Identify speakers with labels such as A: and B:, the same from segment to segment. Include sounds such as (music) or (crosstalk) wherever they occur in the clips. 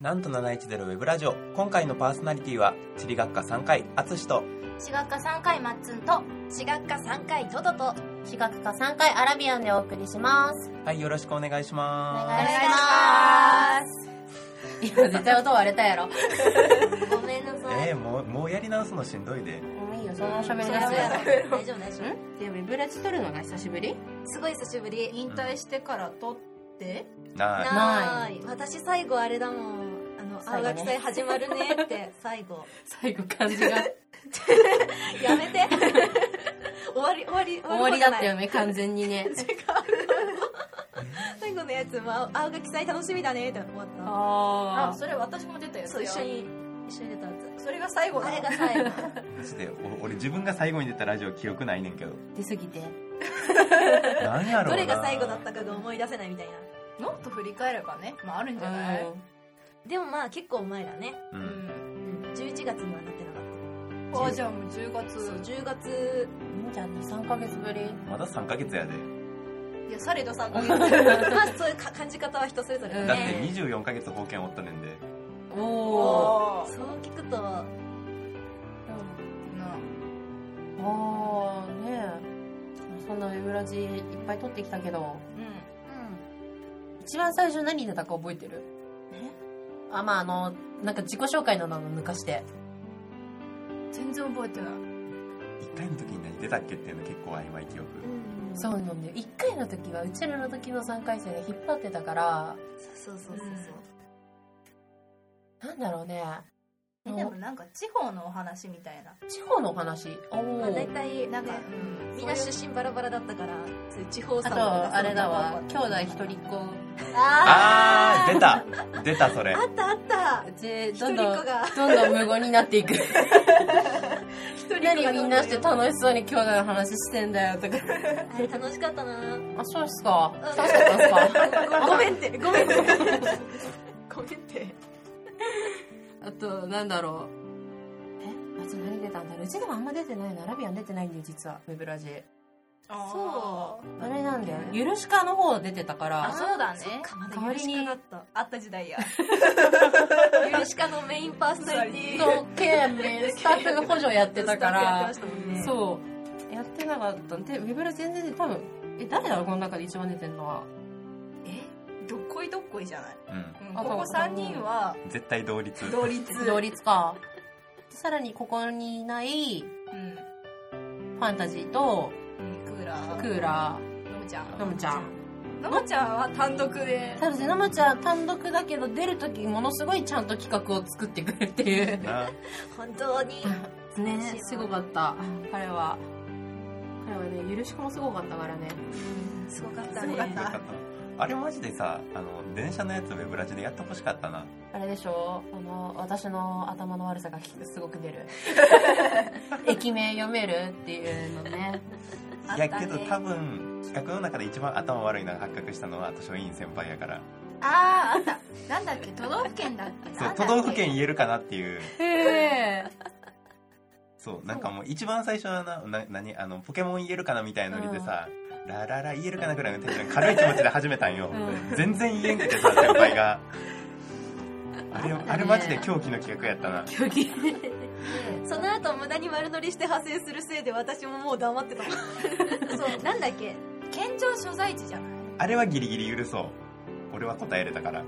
A: なんと710ウェブラジオ今回のパーソナリティは地理学科3回淳と
B: 私学科3回マッツンと
C: 私学科3回トドと
D: 私学科3回アラビアンでお送りします
A: はいよろしくお願いします
B: お願いし
D: いや絶対音割れたやろも
B: ごめんなさい
A: えー、もうもうやり直すのしんどいで
D: ういいよそのおしゃべり
B: そ
D: で
B: うや
D: す
B: ろ
D: よ
B: 大丈夫大丈夫
D: んでウェブラジ撮るのが久しぶり
B: すごい久しぶり
C: 引退してから撮って、
A: な
B: なーい私最後あれだもんあの青
D: 最後ね
B: 学祭始まるね (laughs) って最後
D: 最後感じ
C: (laughs)
D: が
B: やめて (laughs) 終わり終わり
D: 終わりだったよ
B: ね
D: ね完全に
C: (laughs)
D: ね
B: 最後のやつも青青学祭楽しみだねって終わっ
D: あ
C: あそれ私も出たよ
B: たそう一緒に一緒に出たや
C: それが最後
B: つあ
C: だ
B: れが最 (laughs) 後
A: いマジでお俺自分が最後に出たラジオ記憶ないねんけ
B: (laughs)
A: ど
D: 出すぎて
A: 何やろうな
B: どれが最後だったかが思い出せないみたいな
C: ノート振り返ればね、まあ、あるんじゃない、
B: でもまあ結構前だね
A: う
C: うん
B: うんん11月にはなってなかっ
C: あじゃあもう10
B: たそう
C: 月
B: 10月
D: もうじゃあ23ヶ月ぶり
A: まだ3ヶ月やで、
C: いやされどさんが
B: (laughs) まあそういうか感じ方は人それぞれ
A: だっ
B: ね
A: て24ヶ月保険おったねんで
D: おお
C: おー
B: そう聞くと
C: な
D: あーねえそんなウェブラジいっぱい撮ってきたけど
C: う
D: 一番最初何出たか覚えてるあまああのなんか自己紹介のなの抜かして
C: ん全然覚えてない
A: 1回の時に何出たっけっていうの結構曖昧記憶
B: うん
D: そうなんだよ1回の時はうちらの時の3回生で引っ張ってたから
B: そうそうそうそう
D: なんだろうね
C: えでもなんか地方のお話みたいな
D: 地方のお話お
B: まあ大体
C: な
B: ね
C: んか、うん、
B: みんな
C: そういう
B: 出身バラバラだったからそういう地方
D: あ
B: 差
D: とあれだわ
B: あ
D: 兄弟一人っ子
A: あ
B: あ
A: ー出た
B: (laughs)
A: 出たそれ
B: あったあった
D: うち
B: 一
D: どん
B: 人っ
D: どん
B: 子が
D: どんどん無言にな (laughs) っていく
B: 一人っ子が
D: 何みんなして楽しそうに兄弟の話してんだよ (laughs) とか
B: あれ楽しかったな
D: あそうっすか楽しかったっすか
B: ごめんってご (laughs) めんってごめんって
D: あとなんだろうえあと何出たんだろううちでもあんま出てないなラビアン出てないんだよ実はウェブラジ
C: あ
B: そ
C: ー
D: あれなんだよゆるしかの方出てたか
C: あ
D: ら
C: そうだね
B: そっかまだ
D: 代わ
B: ゆ
D: り
B: る
D: に
B: しかだった
C: あった時代や
B: ゆるしかのメインパーソナリティ
D: そう県
C: (laughs)
D: でスタッフが補助やってたか
B: や
D: ら
B: ってましたもんね
D: そうやってなかったんでウェブラ全然多分え誰だろうこの中で一番出てんのは
C: えどっこいどっこいじゃない、
A: うん
C: うん
D: あ
C: ここ3人は
A: 絶対同率
C: 同率
D: 同率かさらにここにいない
C: うん
D: ファンタジーと
C: クーラー
D: クーラ
C: のむちゃん
D: ーのむちゃん
C: のむちゃんは単独で
D: 多分ねのむちゃん単独だけど出るときものすごいちゃんと企画を作ってくるっていう
A: な
B: 本当に
D: ねすごかった彼は彼はねゆるしくもすごかったからね
B: すごかった
C: すごかっ
B: ね
C: た
A: あれマジでさあの電車のやつウェブラジでやってほしかったな
D: あれでしょあの私の頭の悪さがすごく出る (laughs) 駅名読めるっていうのね
C: あっ
A: いや
C: た
A: け
C: ね
A: ど多分企画の中で一番頭悪いのが発覚したのは図書委員先輩やから
C: あーあったなんだっけ都道府県だっけ
A: そう
C: なんだっけ
A: 都道府県言えるかなっていう
D: へえ
A: そうなんかもう一番最初はなな何あのポケモン言えるかなみたいなノリでさ、ラララ言えるかなぐらいのテンションで軽い気持ちで始めたんよ、
D: (laughs) う
A: 全然言えんくてさ先輩
C: (laughs)
A: があれあれマジで狂気の企画やったな
D: 虚偽
B: その後無駄に丸乗りして派生するせいで私ももう黙 (laughs) ってたもんそうなんだっけ
C: 県庁所在地じゃない
A: あれはギリギリ許そう俺は答えれたから
D: あ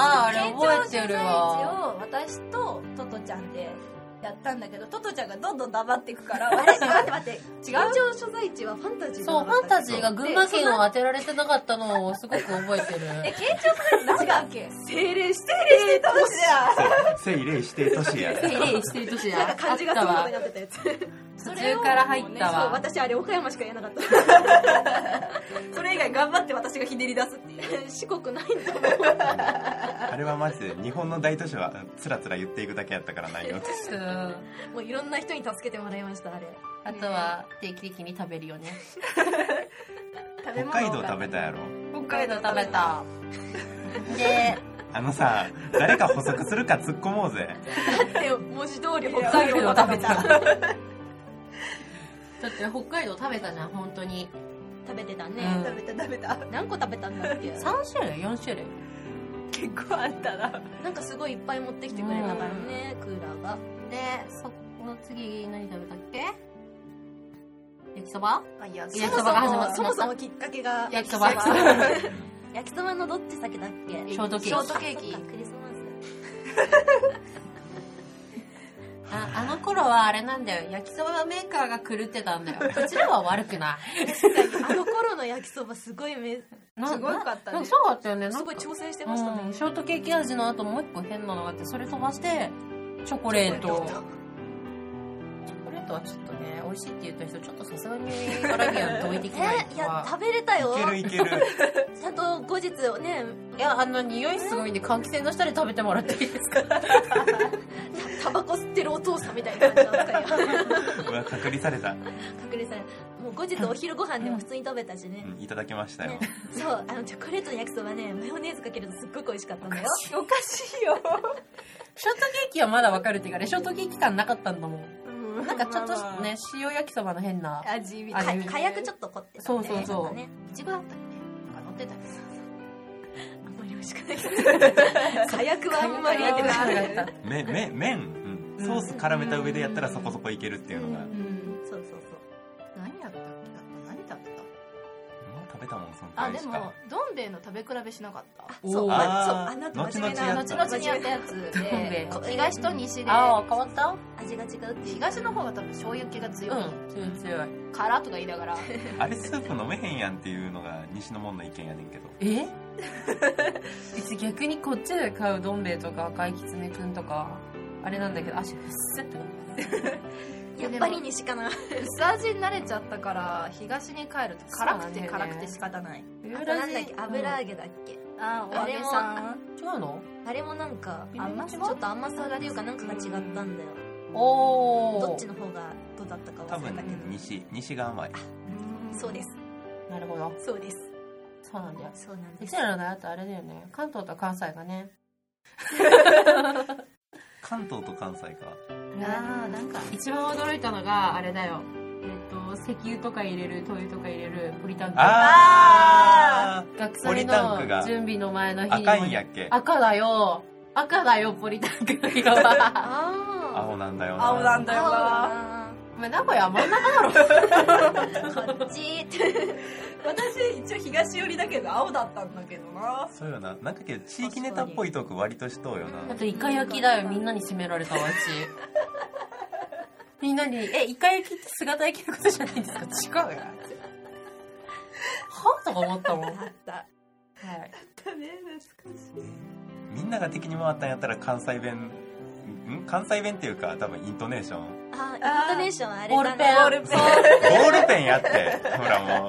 D: ああれ
C: 県庁
D: 覚
C: 所
D: え
C: 在地
D: てるわ
C: を私とトトちゃんでやったんだけどトトちゃんがどんどん黙っていくから私
B: 待って待って
C: 違
B: 違
C: う
B: う現状所在地はファンタジー
D: そうファンタジ
B: ー
D: ーが群馬県を当てられてなかったのをすごく覚えてる
C: え県庁所在地なんだっけ
B: 精霊して精霊して
C: ど
A: そう聖霊指定都
C: うしや
A: 市
C: (laughs)
A: や
D: 手入れしてる年
B: なん
D: や
B: か漢字がそうなになってたやつそう
D: 途中から入ったわ
B: 私あれ岡山しか言えなかった (laughs) それ以外頑張って私がひねり出すっていう (laughs) 四国ないんだもん
A: あれはマジで日本の大都市はつらつら言っていくだけやったからない
C: (laughs)
A: よ
D: うん
B: もういろんな人に助けてもらいましたあれ
D: あとは定期的に食べるよね
C: 食べ
A: 北
C: 物
A: 海道食べたやろ
C: 北
D: 北海道食べたで
A: あのさ誰か補足するか突っ込もうぜ
B: で文字通り
C: 北
B: (laughs) 北
C: 海
B: 海
C: 道
B: 道
C: 食べた
D: だって北海道食べたじゃん本当に
B: 食べてた
D: うん
B: ね、
C: 食べた食べた
B: 何個食べたんだっけ
D: 3種類4種類
C: 結結構あったな
B: なんかすごいいっぱい持ってきてくれたからね、クーラーが。
D: で、その次何食べたっけ焼きそば
B: あいや、
D: 焼きそばが始まった
B: そもそもそもそもきっかけが
D: 焼きそば
B: 焼 (laughs) きそば
C: 焼きそばのどっち先だっけ
D: ショートケーキ
C: ショートケーキ
B: そっか
C: クリスマス
D: ああの頃はあれなんだよ。焼きそばメーカーが狂ってたん (laughs) だよ。こちらは悪くない。
B: あの頃の焼きそばすごいめ、す
D: な
B: すごかったね
D: ななんそうだったよね。なん
B: ご
D: か
B: い挑戦してました
D: う
B: ね
D: ん。ショートケーキ味の後もう一個変なのがあって、それ飛ばして、チョコレート。チョコレートはちょっとね、美味しいって言った人、ちょっとさすがにアラビアンどいてきない
B: え、いや、食べれたよ。
A: いけるいける
B: ちゃんと後日ね、
D: いや、あの、匂いすごいんで、換気扇の下で食べてもらっていいです
B: (laughs)
D: か
B: タバコ吸ってるお父さんみたいな感じの扱いが
A: うわ隔離された、
B: 隠れされ。もう後日お昼ご飯でも普通に食べたしね。
A: うん、いただきましたよ、
B: ねそう、あの、チョコレートの焼きそばね、マヨネーズかけるとすっごく美味しかったんだよ。
C: おかしいよ
D: ショートケーキはまだわかるっていうか、ね、ショートケーキ感なかったんだもん。なんかちょっと
C: まあまあ
D: ね、塩焼きそばの変な。
C: 味み
D: たいな
B: か火薬ちょっと凝ってたんで
D: そうそうそう
B: なんかね
D: いちごだったっけなんか乗ってたっ
B: あんまり美味しくないけど火薬はあんまり
C: 火薬はあんまり
D: け
B: やってない
A: めめ麺、うん
D: うん
A: ソース絡めた上でやったらそこそこいけるっていうのが、う
B: う
A: んん、
D: うん。
B: そうそうそう
D: 何やったっけ何食べた
A: 食べたもんそのくら
C: あ
A: い
C: で
A: し
C: も
A: か
C: どん兵衛の食べ比べしなかった
D: おー
B: そうまそう
A: あー
B: あなた真面目な
A: 後
C: 後々にやったやつ
D: ん兵衛
C: で東と西で
D: ああ、変わった
B: 味が違うっていう
C: 東の方が多分醤油気が強い、
D: うん、強い強い。
C: 辛とか言いながら
A: あれスープ飲めへんやんっていうのが西の門の意見やねんけど
B: (laughs)
D: えうち逆にこっちで買うどん兵衛とか赤いきつねくんとか、あれなんだけど、足ふっせってなる。
B: やっぱり西かな
C: 薄味に慣れちゃったから東に帰ると辛くて辛くて仕方ない、
B: あとなんだっけ油揚げだっけ
C: あ
B: ーお揚げさん
D: 違うの
B: あれもなんか
D: 微妙に
B: 甘さ
D: 違う
B: ちょっと甘さっていうかなんかが違ったんだよ
D: おー。
B: どっちの方がどうだったか
A: 多
B: 忘れ
A: 分
B: たけど
A: 西西が甘い
B: そうです
D: なるほど。
B: そうです
D: そうなんだよ。
B: そうなん
D: う
B: で
D: ち
B: す
D: らのね、あとあれだよね。関東と関西がね。
A: 関東と関西か
C: あーなんか
D: 一番驚いたのが、あれだよ。えっ、と、石油とか入れる、灯油とか入れる、ポリタンク。
A: あ
D: 学
A: ポ
D: 祭
A: リ
D: の
A: タンクが
D: 準備の前の日
A: あ
D: に。
A: 赤いんやっけ
D: 赤だよ。赤だよ、ポリタンクの色
B: (laughs)
D: は。
B: あ
A: 青なんだよな
C: 青なん
B: ー
C: だよな
D: お前、名古屋真ん中
B: 青だなこっちって
C: 私一応東寄りだけど青だったんだけどな
A: そうよななんかけど地域ネタっぽいトーク割としとうよ
D: あ
A: な
D: と、イカ焼きだよ。みんなに責められたわ、うち。みんなに、え、イカ焼きって姿焼きのことじゃないんですか違うよ。はとか思ったもん。はい
B: あ。った
A: みんなが敵に回ったんやったら関西弁ん関西弁っていうか多分イントネー
D: (laughs)
A: ション
B: あ
C: あー
B: イントネーションあれ
D: ボー
B: だ
D: ルペン。
B: な
A: そうボールペンやってほらもう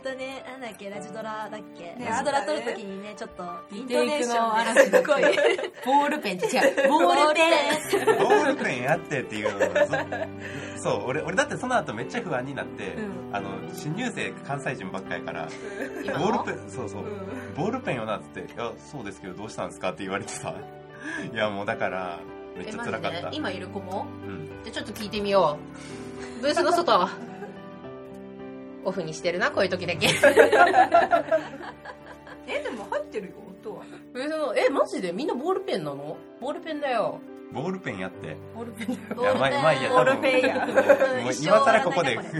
B: 本当ね、なんだっけ、ラジドラだっけ、
C: ね
B: ラジドラ
C: あった
B: 撮
C: ね
B: るときにね、ちょっと、イントネ
D: テ
B: ー
D: イク
B: シ
D: の
B: ョン
D: 嵐
B: で、
D: だ
B: すごい、
D: っ
B: ね、
D: てボールペンって違う。ボールペン。
A: ボールペンやってっていうのがずそう俺俺だってその後めっちゃ不安になって、
D: う
A: あの新入生関西人ばっかやから
D: 今
A: ボ
D: の
A: ールペンそうそう、ボールペンよなっつって「いやそうですけどどうしたんですか?」って言われて
D: (laughs)
A: さいやもうだからめっ
D: え、
A: ちゃ
D: マ
A: 辛
D: ジ
A: かった、
D: で今いる子も
A: うん、
D: じゃあちょっと聞いてみよう。ブースの外は。オフにしてるな、こういう時だけ。
C: えでも入ってるよ音は
D: ブースの、え、マジでみんなボールペンなのボールペンだよ。
A: ボールペンやって
D: ボールペンだよ。
A: いやまあまあいいや
B: ボールペンや
A: 多分 (laughs) もう今更ここで
B: 一生終わらないなこ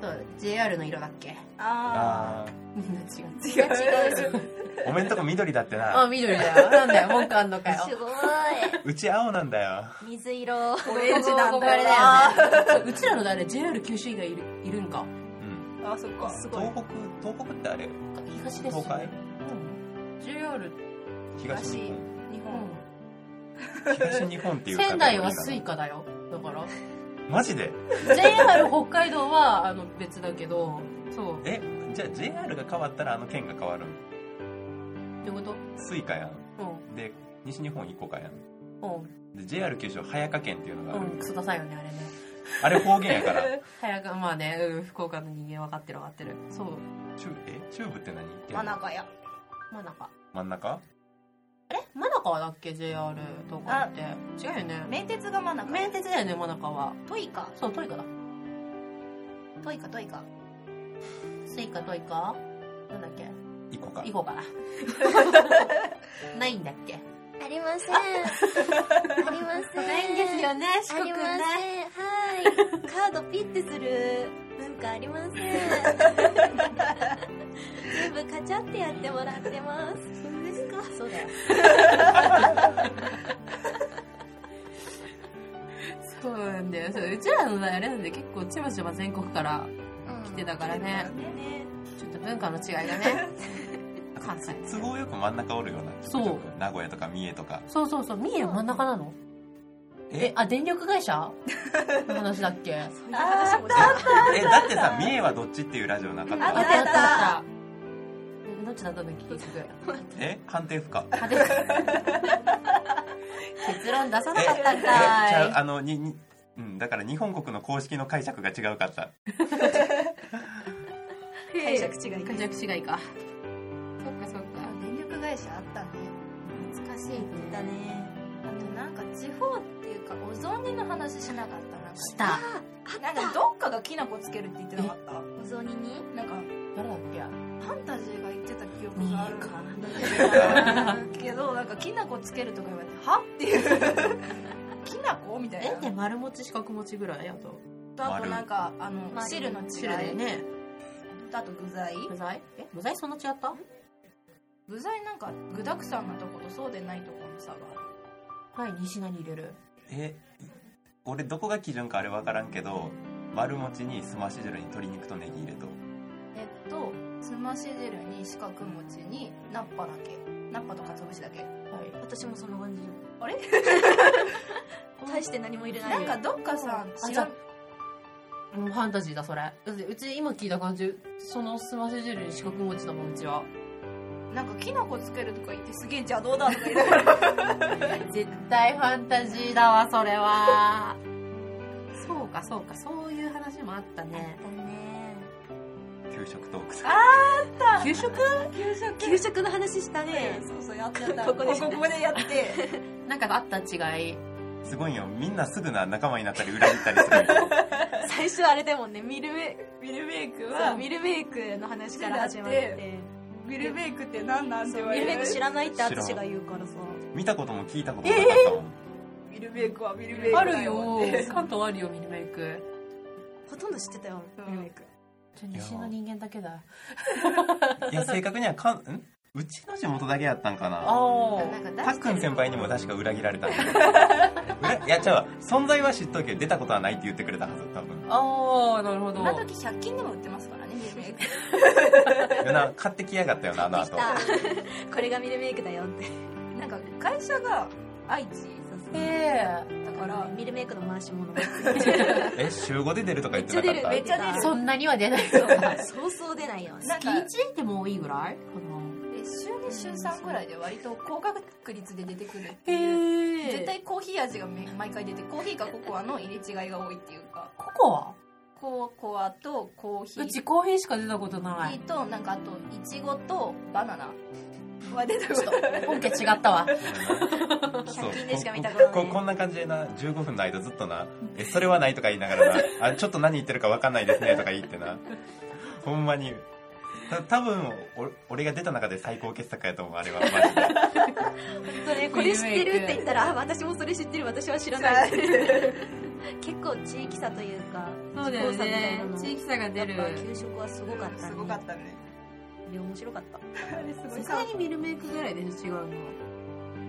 D: あと、JR の色だっけ
C: あ
A: (laughs) あ
D: みんな違う。
B: 違う違う、
A: ーおめんとこ緑だって
D: あ、
A: な
D: 緑だよ。なんだよ、文句あん
C: (laughs)
D: のかよ。
B: すご
A: うち青なんだよ
B: い、水色、
C: オレンジなん
D: ここあ
C: だ
D: れ
C: よ
D: だ
C: な
D: よね。うちらのだね、JR 九州以外いるいるんか。
A: うん
C: あそっかすごい
A: 東北東北ってあれ
D: 東ですよ
A: 東海
D: ね。うん。JR、
A: 東日
C: 日本
D: う
A: 本東日本ってい
D: ん。
A: うカテゴリー
D: 仙
A: な
D: 台
A: の
D: はスイカだよ。だから。
A: マジで
D: JR 北海道は、あの、別だけど、そう。
A: えじゃあ JR が変わったらあの県が変わるの
D: ってこと
A: スイカや
D: うん
A: で西日本1個かやん
D: ん。うん。
A: で JR 九州早川県っていうのがある、
D: うん。くそダサいよね、あれね。
A: あれ方言や
D: (laughs)
A: から
D: 早く、まあね、うん、福岡の人間分かってる分かってる。そう。
A: 中え中部って何県
C: 真中屋
D: 真中。
A: 真ん中
D: え真中はだっけ ?JR とかって。違うよね。
C: 名鉄が真中
D: 名鉄だよね、真中は。
C: トイカ
D: そう、トイカだ。
C: トイカトイカ
D: スイカ、トイカなんだっけ
A: イコか
D: イコかなないんだっけ
E: ありま
C: (laughs)
E: せん。ありません。
C: ね、
E: ありません。はい。カードピッてする文化ありません。全部カチャってやってもらってます。そうですか
D: そうだよそうなんだよそううちらのねあれなんで結構ちまちま全国から来てたからね
B: ね
D: ちょっと文化の違いが (laughs) ね関西
A: 都合よく真ん中おるような
D: そう
A: 名古屋とか三重とか
D: そうそうそう三重真ん中なのえあ電力会社の話だっけあっ
B: そういう話も
A: えだってさ三重はどっちっていうラジオなかっ
D: あ
A: た
D: ったあったあったどっちだったんだっけ結局
A: え判定不可
D: 派手結論出さなかったん
A: えちゃう
D: かい
A: あのににうんだから日本国の公式の解釈が違うかった
B: 解釈違い
D: 解釈違いかそっかそっか
E: 電力会社あったね。懐かしいね。
C: だね。
E: あとなんか地方っていうかお雑煮の話しなかったなんか
D: した
C: なんかどっかがきな粉つけるって言ってなかった
E: お雑煮に
C: なんか
D: 誰だっけ
C: ファンタジーが言ってた記憶があるか (laughs) けどなんかきな粉つけるとか言われてはっていうきな粉みたい
D: えで
C: な
D: 丸持ち四角持ちぐらいあと
C: とあとなんかあの
E: 丸い
C: 汁の違い
D: 汁だよね
C: とあと具材
D: 具材え具材そんな違った
C: 具材なんか具だくさんなとことそうでないとこの差が
D: はい西何入れる
A: え俺どこが基準かあれ分からんけど丸餅にすまし汁に鶏肉とネギ入れと
C: えっとすまし汁に四角餅にナッパだけナッパとかつぶしだけ
D: はい
B: 私もそんな感じ
C: あれ
B: 大して何も入れない
C: な
B: よ
C: んかどっかさ
D: あ
C: 違
D: じゃ
C: う
D: もうファンタジーだそれだってうち今聞いた感じそのすまし汁に四角持ちだもんうちは
C: なんかきな粉つけるとか言ってすげえ邪道だとか
B: (laughs)
C: 言いながら
D: 絶対ファンタジーだわそれはそうかそうかそういう話もあったね
E: ね
A: 給食トーク
D: 給食
C: 給食
B: 給食の話したね
C: そうそうやっちゃった
B: ここで
C: ここでやって
D: なんかあった違い
A: すごいよみんなすぐな仲間になったり裏切ったりする
B: (laughs)
A: よ
B: (laughs) 最初あれでもんねミルメ
C: ミルメイク
B: そう
C: は
B: ミルメイクの話から始まっ
C: だってミルメイクって何なんて言わ
B: ミル
C: れ
B: メイク
C: る
B: 知らないって
A: 知らん
B: 私が言うからさ
A: 見たことも聞いたこともなかったもん、
C: ミルメイクはミルメイク
D: あ
C: だ
D: るよ
C: って
D: 関東あるよミニメイク
B: ほとんど知ってたよ
C: うん
B: ミルメイク
D: じゃあ西の人間だけだ
A: いや正確にはかんんうちの地元だけやったんかな
D: あ
E: なんか出してる
A: たっくん先輩にも確か裏切られたんだよ
B: (laughs)
A: 裏いや違うわ存在は知っとるけど出たことはないって言ってくれたはず多分
D: ああなるほど
C: 今時100均でも売ってますからねミルメイク
A: いやな買ってきやがったよなあの
B: でき
A: 後
B: たこれがミルメイクだよって
C: なんか会社が愛知
D: ええ
C: だ
B: か
C: からら
B: ミルメイクの回し物
A: え週5で出るとか言ってな
B: め
A: か
B: っ
A: っ
B: ちゃ出る
D: そんなには出ない
B: そうそう出ないよね
C: なん
D: 月
C: か
D: 1でもいいぐらいか
C: で週2週3ぐらいで割と高確率で出てくるって
D: な
C: いう
D: へ
C: 絶対コーヒー味がめ毎回出てコーヒーかココアの入れ違いが多いっていうか
D: ココア
C: ココアとコーヒ
D: う
C: ー
D: ちコーヒーしか出たことない
C: となんかあといちごとバナナは出たこと (laughs)
D: 本家違ったわ
A: そう
B: 100均でしか見たことない
A: こここんな感じでな15分の間ずっとな「えそれはない」とか言いながら
B: (laughs)
A: な「あちょっと何言ってるか分かんないですね」とか言ってなほんまにた多分お俺が出た中で最高傑作やと思うあれはマジで
B: それこれ知ってるって言ったらあ私もそれ知ってる私は知らない結構地域差というか地方差みたいなの
D: 地域差が出る
B: やっぱ給食はすごかったね
C: すごかったね
B: いや面白かった
C: あれすごい
D: さすがにミルメイクぐらいでしょ違うの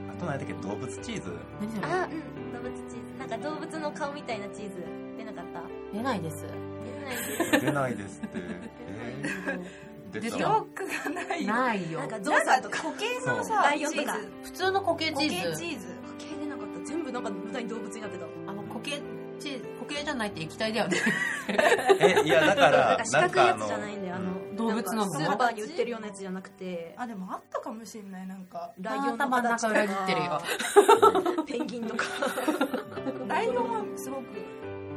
A: あと何だっけ動物チーズ
D: 何それ
B: あうん動物チーズなんか動物の顔みたいなチーズ出なかった
D: 出ないです
B: 出
A: 出ないですって
B: ない
A: えー
D: 出
A: 出
D: た
C: 記
A: た
C: 憶がないよ
D: ないよ
B: なんかゾウ
C: なん
B: さ
C: か
B: んとか
C: 固形のさ
B: ライオンとか
C: チーズ
D: 普通の固形
C: 固
D: チ
C: 形
D: ー
C: チ
D: ズ
C: ーズ
B: 固形出なかった全部なんか無駄に動物になってた
D: あの固形チーズ固形じゃないって液体だよね
A: えいやだか
B: なん
A: ら
B: か四
A: なん
B: 角い
A: かあ
B: やつ
A: の
B: じゃないんだよあの
D: 動物の
B: なんかスーパーに売ってるようなやつじゃなくて
C: あでもあったかもしんないなんか
B: ライオンの
D: 頭の
B: 形
D: 中
B: と
D: 裏切ってるよ
B: かペンギンとか
C: ライオンはすごく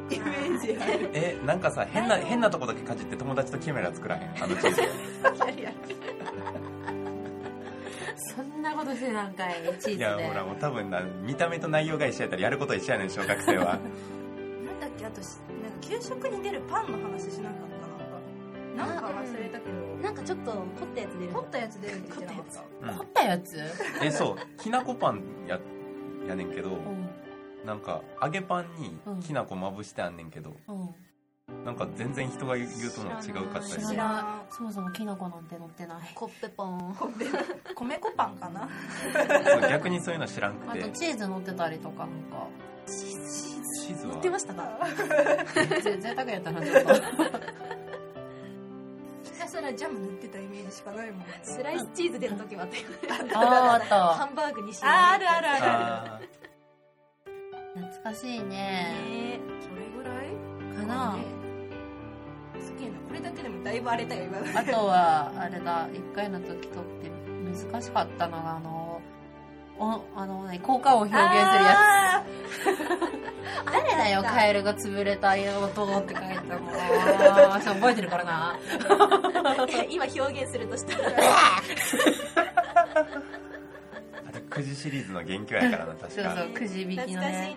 C: イメージある
A: えなんかさ変な変なとこだけかじって友達とキメラ作らへんあのチーズ
D: そんなことしてなんかいチーズ
A: い
D: で
A: やほらもう多分な見た目と内容が一緒やったらやること一緒やねん小学
D: (laughs)
A: 生は
C: なんだっけあとしなんか給食に出るパンの話しなかったなんかなんか忘れたけど
B: なんかちょっと凝ったやつ出る
C: 凝ったやつ出るって言ってなかった
A: うん
D: 凝ったやつ
A: えそうきなこパンややねんけど、なんか揚げパンにきなこまぶしてあんねんけど、
D: うん
A: なんか全然人が言うとの違うかったり
D: 知ら
A: する
D: ないそもそもキノコなんて乗ってない
B: コッペパン
C: 米粉パンかな
A: そう逆にそういうの知らんく
D: あ
A: て
D: とチーズ乗ってたりとかなんか
A: チーズ
B: 乗
A: は
B: ってましたか
D: (laughs) ぜ贅沢やったなちょっと
C: ひたすらジャム塗ってたイメージしかないもん
B: スライスチーズ出る時もあったよ
D: あああった
B: ハンバーグにし
C: あーあるあるある
A: あ
D: 懐かしいね
B: ね
C: それぐらい
D: かな
C: すげえなこれだけでもだいぶ荒れたよ今
D: あとはあれだ1回の時とって難しかったのがあのおあの、ね、効果音を表現するや
C: あ
D: つ誰だよカエルが潰れた音って書いたのあーそう覚えてるからな
B: 今表現するとしたら
A: ーあれくじシリーズの元気やからな
D: そ
A: 確
D: うそ
A: か
D: うくじ引きの
C: 懐かしい
D: ね
C: なあれ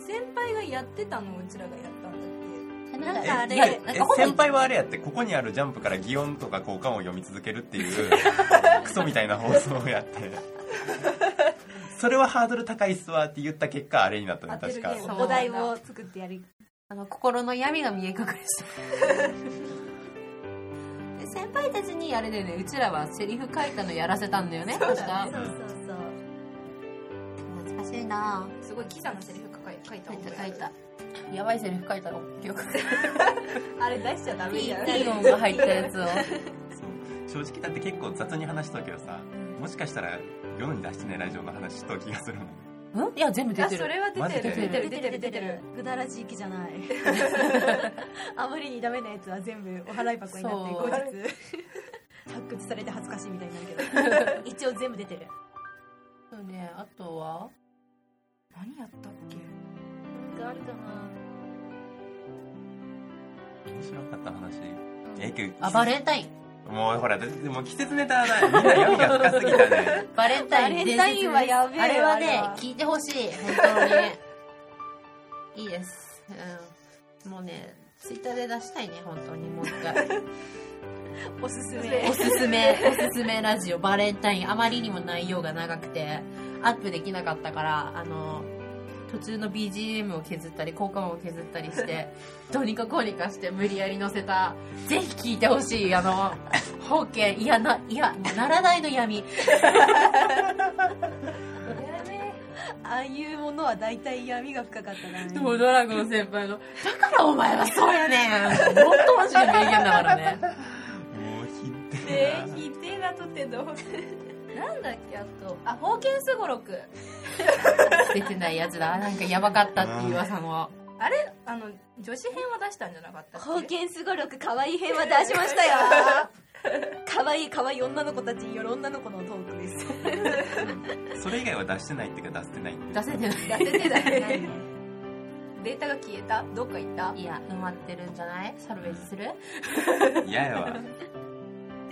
C: 先輩がやってたのをうちらがやったんだっ
D: なん
A: え
D: かあ
A: い
D: れ
A: や
D: なん
A: え
D: かほぼ
A: 先輩はあれやってここにあるジャンプから擬音とか交換を読み続けるっていう
D: (laughs)
A: クソみたいな放送をやってそれはハードル高いっすわって言った結果あれになったね
C: 当て
A: 確
C: る
A: か
C: ゲーム
B: お題を作ってやる
D: あの心の闇が見え隠れして (laughs) で先輩たちにあれだよねうちらはセリフ書いたのやらせたんだよね確か
B: そうそうそう
D: 懐かしい (laughs) な
C: けすごいキザなセリフ書か書いた
D: 書いた
C: 覚
D: 書
C: え
D: い
C: が
D: たやばいセリフ書いたの記憶
C: あるあれ出しちゃダメ
D: (laughs)
C: じゃん
D: いい音が入ったやつを
A: そう正直だって結構雑に話しとるけどさもしかしたら世に出してないラジオの話しとる気がするもん
D: うん (laughs) いや全部出
C: あ
D: て
C: そ
D: る
C: れは出てる
A: マジで
C: 出てる出てる
B: ぐだらじいきじゃない (laughs) あまりにダメなやつは全部お払い箱に
D: そ
B: なって後
D: う
B: 日発掘されて恥ずかしいみたいにな (laughs) るけど一応全部出てる
D: そうねあとは
C: 何やったっけ
B: あるかな
A: 面白かった話えけど
D: あバレンタイン
A: もうほらででも季節ネタはないみんな闇が深すぎたね
D: バレンタイン
B: バレンタインはやべえよ
D: あれはね
B: あれは
D: 聞いてほしい本当にいいです、うん、もうねツイッターで出したいね本当にもう一回
B: おすす
D: お
B: め
D: すすめ、おすすめラジオ、バレンタイン、あまりにも内容が長くて、アップできなかったから、あの、途中の BGM を削ったり、効果音を削ったりして、どうにかこうにかして無理やり載せた、ぜひ聞いてほしい、あの、方形、いやな、いや、ならないの闇。
B: ああいうものは大体闇が深かったな
D: もうドラゴン先輩の、だからお前はそうやねんもっとマジで名言だからね。
A: もうひっ
C: で
A: てえな
C: ひてえなとってどうなんだっけあとあ封建すごろく
D: 出てないやつだ。なんかやばかったっていう噂も。
C: あの女子編は出したんじゃなかったっけ
B: 封建すごろく可愛い編は出しましたよ (laughs) 可愛い可愛い女の子たちによる女の子のトークです
A: うんそれ以外は出してないっていうか出せてないって
D: 出せてない。
C: 出せてないデータが消えたどっか行った
D: いや、埋まってるんじゃないサルベージする
A: 嫌やわ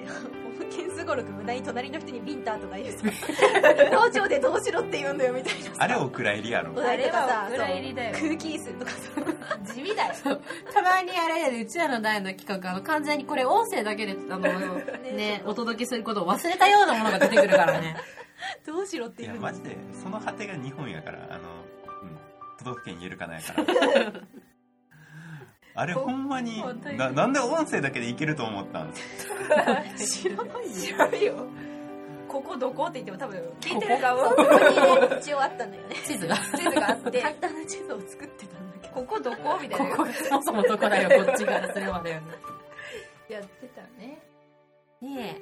B: 冒険すごろく無駄に隣の人にビンターとか言うさ道場でどうしろって言うんだよみたいな
A: あれお蔵入りやろ
B: お題とかさ
C: あれはお蔵入り
D: (laughs)
C: だよ
B: そう空気椅子とかさ
C: 地味だよ
D: たまにあれやで、うちらの代の企画、あの、完全にこれ音声だけで、
C: (laughs)
D: あの、ね、お届けすることを忘れたようなものが出てくるからね。
B: どうしろって
A: いや
B: 言うん
A: マ
B: だ
A: ジでその果てが日本やからあの、うん、都道府県言えるかないからあれほんまに
C: ほんとに
A: ななんで音声だけでいけると思ったん
C: (laughs) 知らない知らないよここどこって言っても多分聞いてる側は
B: ここにね一応あったんだよね
D: 地図が。
C: 地図があって
B: 簡単な地図を作ってたんだけど
C: ここどこみた
D: こ
C: いな
D: こがそもそもどこだよ、こっちからすればだよ
C: やってたね
D: ね。ね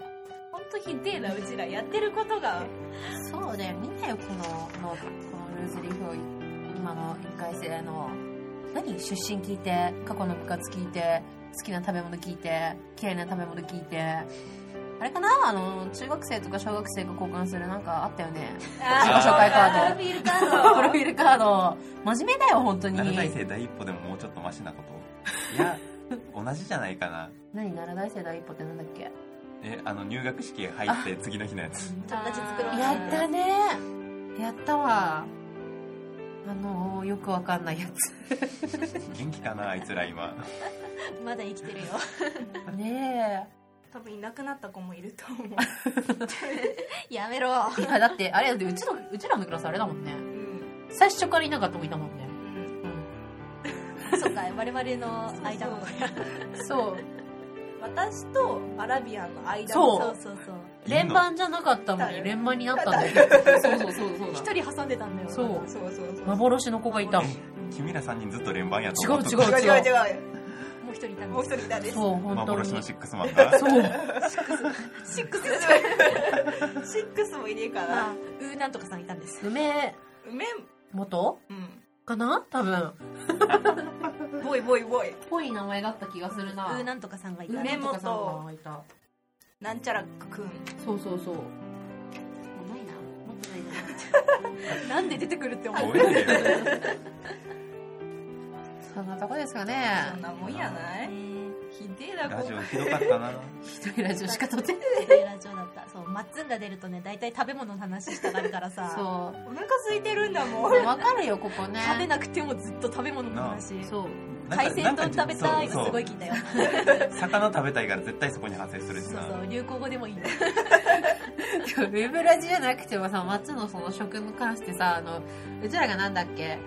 C: 本当ひでえなうちらやってることが
D: え、そうだよ、見なよ、この、のこのルーズリーフを、今の1回生の、何出身聞いて、過去の部活聞いて、好きな食べ物聞いて、嫌いな食べ物聞いて、あれかなあの、中学生とか小学生が交換するなんかあったよね。
A: (laughs)
D: 自己紹介カード。
C: プロフィールカー
D: プロフィールカード、真面目だよ、本当に。
A: 奈良大生第一歩でももうちょっとマシなこといや同じじゃないかな
D: 何、奈良大生第一歩ってなんだっけ
A: えあの入学式入って次の日のやつ
C: ド
B: 友達作ろう
D: やったねやったわ。あのよくわかんないや
A: (laughs)
D: つ
A: 元気かなあいつら今
B: まだ生きてるよ
D: ね
C: 多分いなくなった子もいると思う、
B: やめろ
D: えいやだってあれだってうちのうちらのクラスあれだもんね
C: うん
D: 最初からいなかったもいたもんね
C: うん
B: そうか我々の間の
D: そう
C: 私とアラビアンの間
D: そう
B: そうそうそう
D: 連番じゃなかったの
C: いた
D: に
C: よ
D: 連番になったんだよ (laughs) そうそうそうそうだ
B: 一人挟んでたんだよ
D: そう
C: そうそうそうそう
D: 幻の子がいたもん違
A: 君ら3人ずっと連番やと
D: う
A: 思っとった
D: 違う
C: 違う違う
D: 違
C: 違
B: もう一人いた
C: うんもう
B: で
C: 一人いたで
D: う
C: す
D: そう本当に
A: 幻の
D: そ
A: シックスマンが
D: う
C: シックスシックスもいねえか
B: ま
C: な
B: あうーなんとかさんいたんです
D: 梅
C: 梅
D: 元
C: うん
D: かな多分
C: ボイボイボイ
D: ぽい名前だった気がする
B: う
D: な
B: ーなんとかさんがいた
C: 梅元
D: さんがいた
C: なんちゃらくん
D: そうそうそうもうないなもっとない
B: なんで出てくるって思う
A: 覚えてるよ
D: なそんなとこですかね
C: そんなもんやないひでえな
A: ラ
C: こ
A: ジオひどかったな
D: 一人ラジオしか撮ってない
B: でラジオだったそうマッツンが出るとね大体食べ物の話したがるからさ
D: そ
C: お腹空いてるんだもん
D: うわかるよここね
B: 食べなくてもずっと食べ物の話
D: そう
A: なんか
B: 海鮮丼食べた
A: なんかそう
B: いがすごい
A: そ
B: 聞いたよ
A: う魚食べたいから絶対そこに反省するし
B: そう
A: な
B: そう流行語でもいい
A: (laughs)
B: ね
D: ウェブラジじゃなくてもさ、松のその食に関してさ、あの、うちらがなんだっけ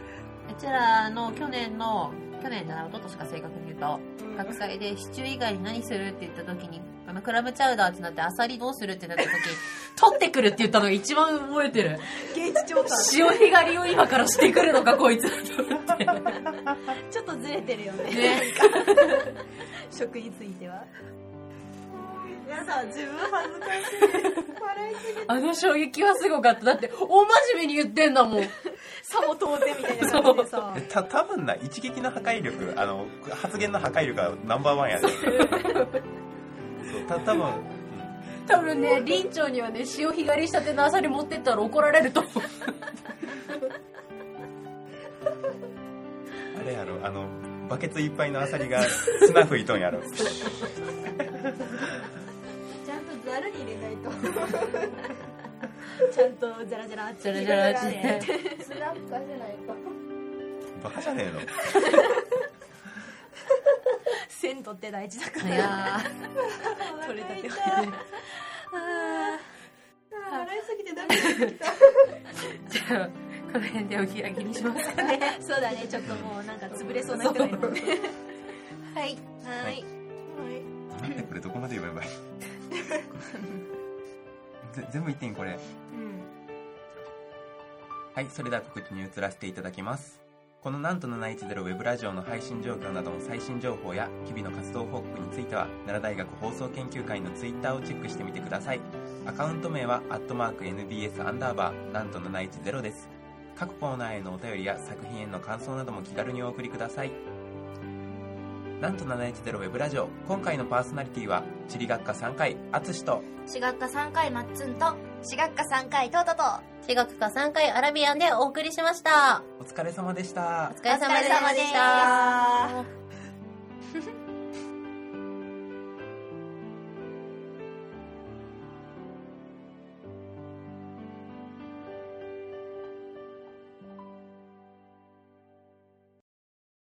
D: うちらの去年の、去年じゃない、おととしか正確に言うと、学祭でシチュー以外に何するって言った時に、あの、クラムチャウダーってなって、アサリどうするってな (laughs) った時、取ってくるって言ったのが一番覚えてる。
C: 現地調査
D: 潮干狩りを今からしてくるのか、こいつ。って
B: ちょっとずれてるよね
D: ね。
B: 食については
C: 皆さん自分恥ずかしい笑いすぎて
D: あの衝撃はすごかった。だって、大真面目に言ってんだもん。
C: さも通ってみたいな感じでさ
A: えた多分な一撃の破壊力あの発言の破壊力はナンバーワンやで、そうた多分
D: 多分ね、林長にはね、潮干狩りしたてのアサリ持ってったら怒られると思う。
A: あれやろあのバケツいっぱいのアサリが砂吹いとん
B: (laughs)
A: やろ
C: ちゃんとざるに入れないと
B: (laughs) ちゃんとザラザラ
D: ジャラジャラって。
B: (laughs)
C: スラップさせないと
A: バカじゃねえの
B: 鮮度って大事だか
D: い
B: ら
D: や
B: 取れたては
C: 笑いすぎてダメだ
D: ー (laughs) じゃあ、この辺でお開きにしますか。
B: そう (laughs) だねちょっともうなんか潰れそうな人がいる (laughs) もんねはいは
A: はいい待ってこれどこまで読めばいいぜ全部言っていいんこれはい、それでは告知に移らせていただきます。このなんと710ウェブラジオの配信状況などの最新情報や日々の活動報告については、奈良大学放送研究会のツイッターをチェックしてみてください。アカウント名は、アットマーク NBS アンダーバー、なんと710です。各コーナーへのお便りや作品への感想なども気軽にお送りください。なんと710ウェブラジオ、今回のパーソナリティは、地理学科3回、あつしと、
E: 私学科3回マッツンと私学科3回トトと
D: 私学科3回アラビアンでお送りしました。
A: お疲れ様でした
D: お。疲れ様で
E: お疲れ様で
D: し
E: したた。
C: あー